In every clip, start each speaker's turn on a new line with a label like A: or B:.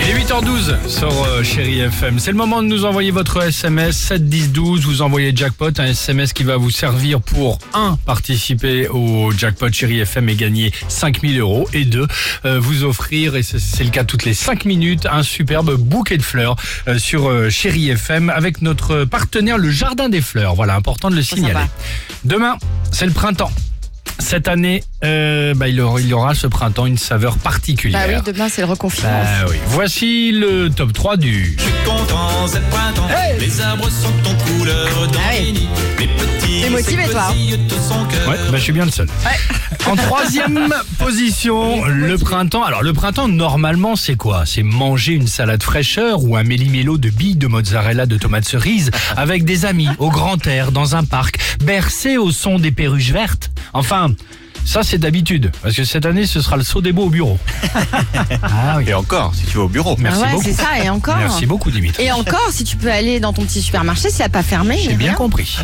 A: 7h12 sur euh, Chéri FM. C'est le moment de nous envoyer votre SMS 7 10 12. Vous envoyez jackpot, un SMS qui va vous servir pour 1. participer au jackpot Chéri FM et gagner 5000 euros et 2. vous offrir et c'est- c'est le cas toutes les 5 minutes un superbe bouquet de fleurs euh, sur euh, Chéri FM avec notre partenaire le Jardin des Fleurs. Voilà, important de le signaler.
B: sympa.
A: Demain, c'est le printemps. Cette année, euh, bah, il, aura, il aura ce printemps une saveur particulière.
B: Bah oui, demain c'est le reconfinement. Ah
A: Bah oui. Voici le top 3 du.
C: Je suis content, c'est le printemps. Les arbres sont en couleur d'angénie. Les petits
B: Ah T'es motivé, toi, hein
C: écosillent de son cœur.
B: Euh.
A: Ouais, bah, je suis bien le seul. En troisième position, le printemps. Alors, le printemps, normalement, c'est quoi C'est manger une salade fraîcheur ou un méli-mélo de billes de mozzarella de tomates cerises avec des amis, au grand air, dans un parc, bercé au son des perruches vertes. Enfin, ça, c'est d'habitude. Parce que cette année, ce sera le saut des beaux au bureau. Ah oui.
D: Et encore, si tu vas au bureau.
A: Merci
B: Ah ouais,
A: beaucoup.
B: c'est ça, et encore.
A: Merci beaucoup, Dimitri.
B: Et encore, si tu peux aller dans ton petit supermarché, ça n'a pas fermé.
A: J'ai bien
B: rien.
A: compris.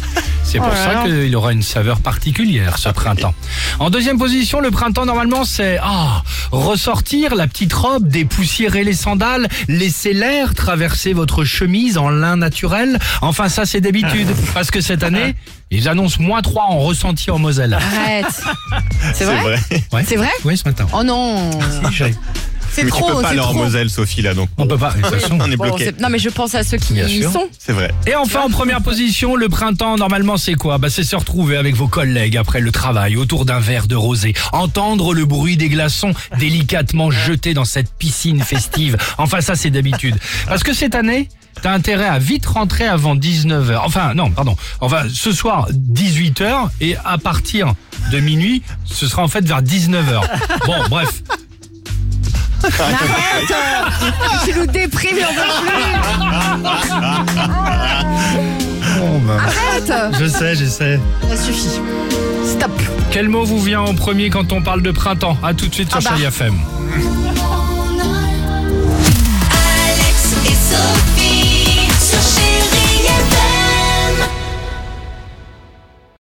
A: C'est pour
B: Oh là
A: ça
B: là.
A: qu'il aura une saveur particulière ce printemps. En deuxième position, le printemps normalement c'est ah ressortir la petite robe, dépoussiérer les sandales, laisser l'air traverser votre chemise en lin naturel. Enfin ça c'est d'habitude parce que cette année ils annoncent moins 3 en ressenti en Moselle.
B: Arrête. C'est vrai,
A: Ouais.
B: Ah, C'est vrai
A: Oui ce matin.
B: Oh non. C'est
D: Mais
B: trop.
D: tu peux pas
B: c'est
D: aller en
B: trop.
D: Moselle, Sophie, là, donc
A: On peut pas. de toute façon.
D: on est
B: Bon,
D: bloqué.
B: c'est- non mais je pense à ceux qui
A: Bien
B: y
A: sûr.
B: sont.
D: C'est vrai.
A: Et enfin, en première position, le printemps, normalement, c'est quoi bah, C'est se retrouver avec vos collègues après le travail, autour d'un verre de rosé, entendre le bruit des glaçons délicatement jetés dans cette piscine festive. Enfin, ça, c'est d'habitude. Parce que cette année, t'as intérêt à vite rentrer avant 19h. Enfin, non, pardon. Enfin, ce soir, 18h, et à partir de minuit, ce sera en fait vers 19h. Bon, bref.
B: Arrête Tu nous déprimes, on veut plus Arrête
A: bah. Je sais, je sais.
B: Ça suffit. Stop
A: Quel mot vous vient en premier quand on parle de printemps À tout de suite sur
B: Ah bah.
A: Chérie FM.